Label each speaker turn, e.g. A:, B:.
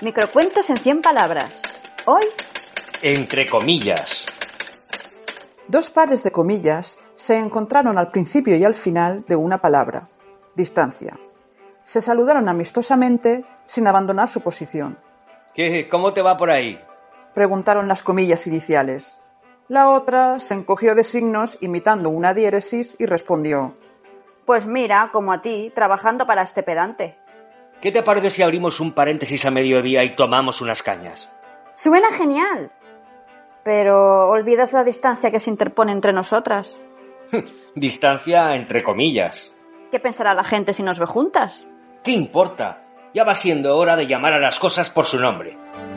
A: Microcuentos en 100 palabras. Hoy,
B: entre comillas.
C: Dos pares de comillas se encontraron al principio y al final de una palabra, distancia. Se saludaron amistosamente sin abandonar su posición.
B: ¿Qué, ¿Cómo te va por ahí?
C: Preguntaron las comillas iniciales. La otra se encogió de signos imitando una diéresis y respondió.
A: pues mira, como a ti, trabajando para este pedante.
B: ¿Qué te parece si abrimos un paréntesis a mediodía y tomamos unas cañas?
A: Suena genial. Pero olvidas la distancia que se interpone entre nosotras.
B: Distancia entre comillas.
A: ¿Qué pensará la gente si nos ve juntas?
B: ¿Qué importa? Ya va siendo hora de llamar a las cosas por su nombre.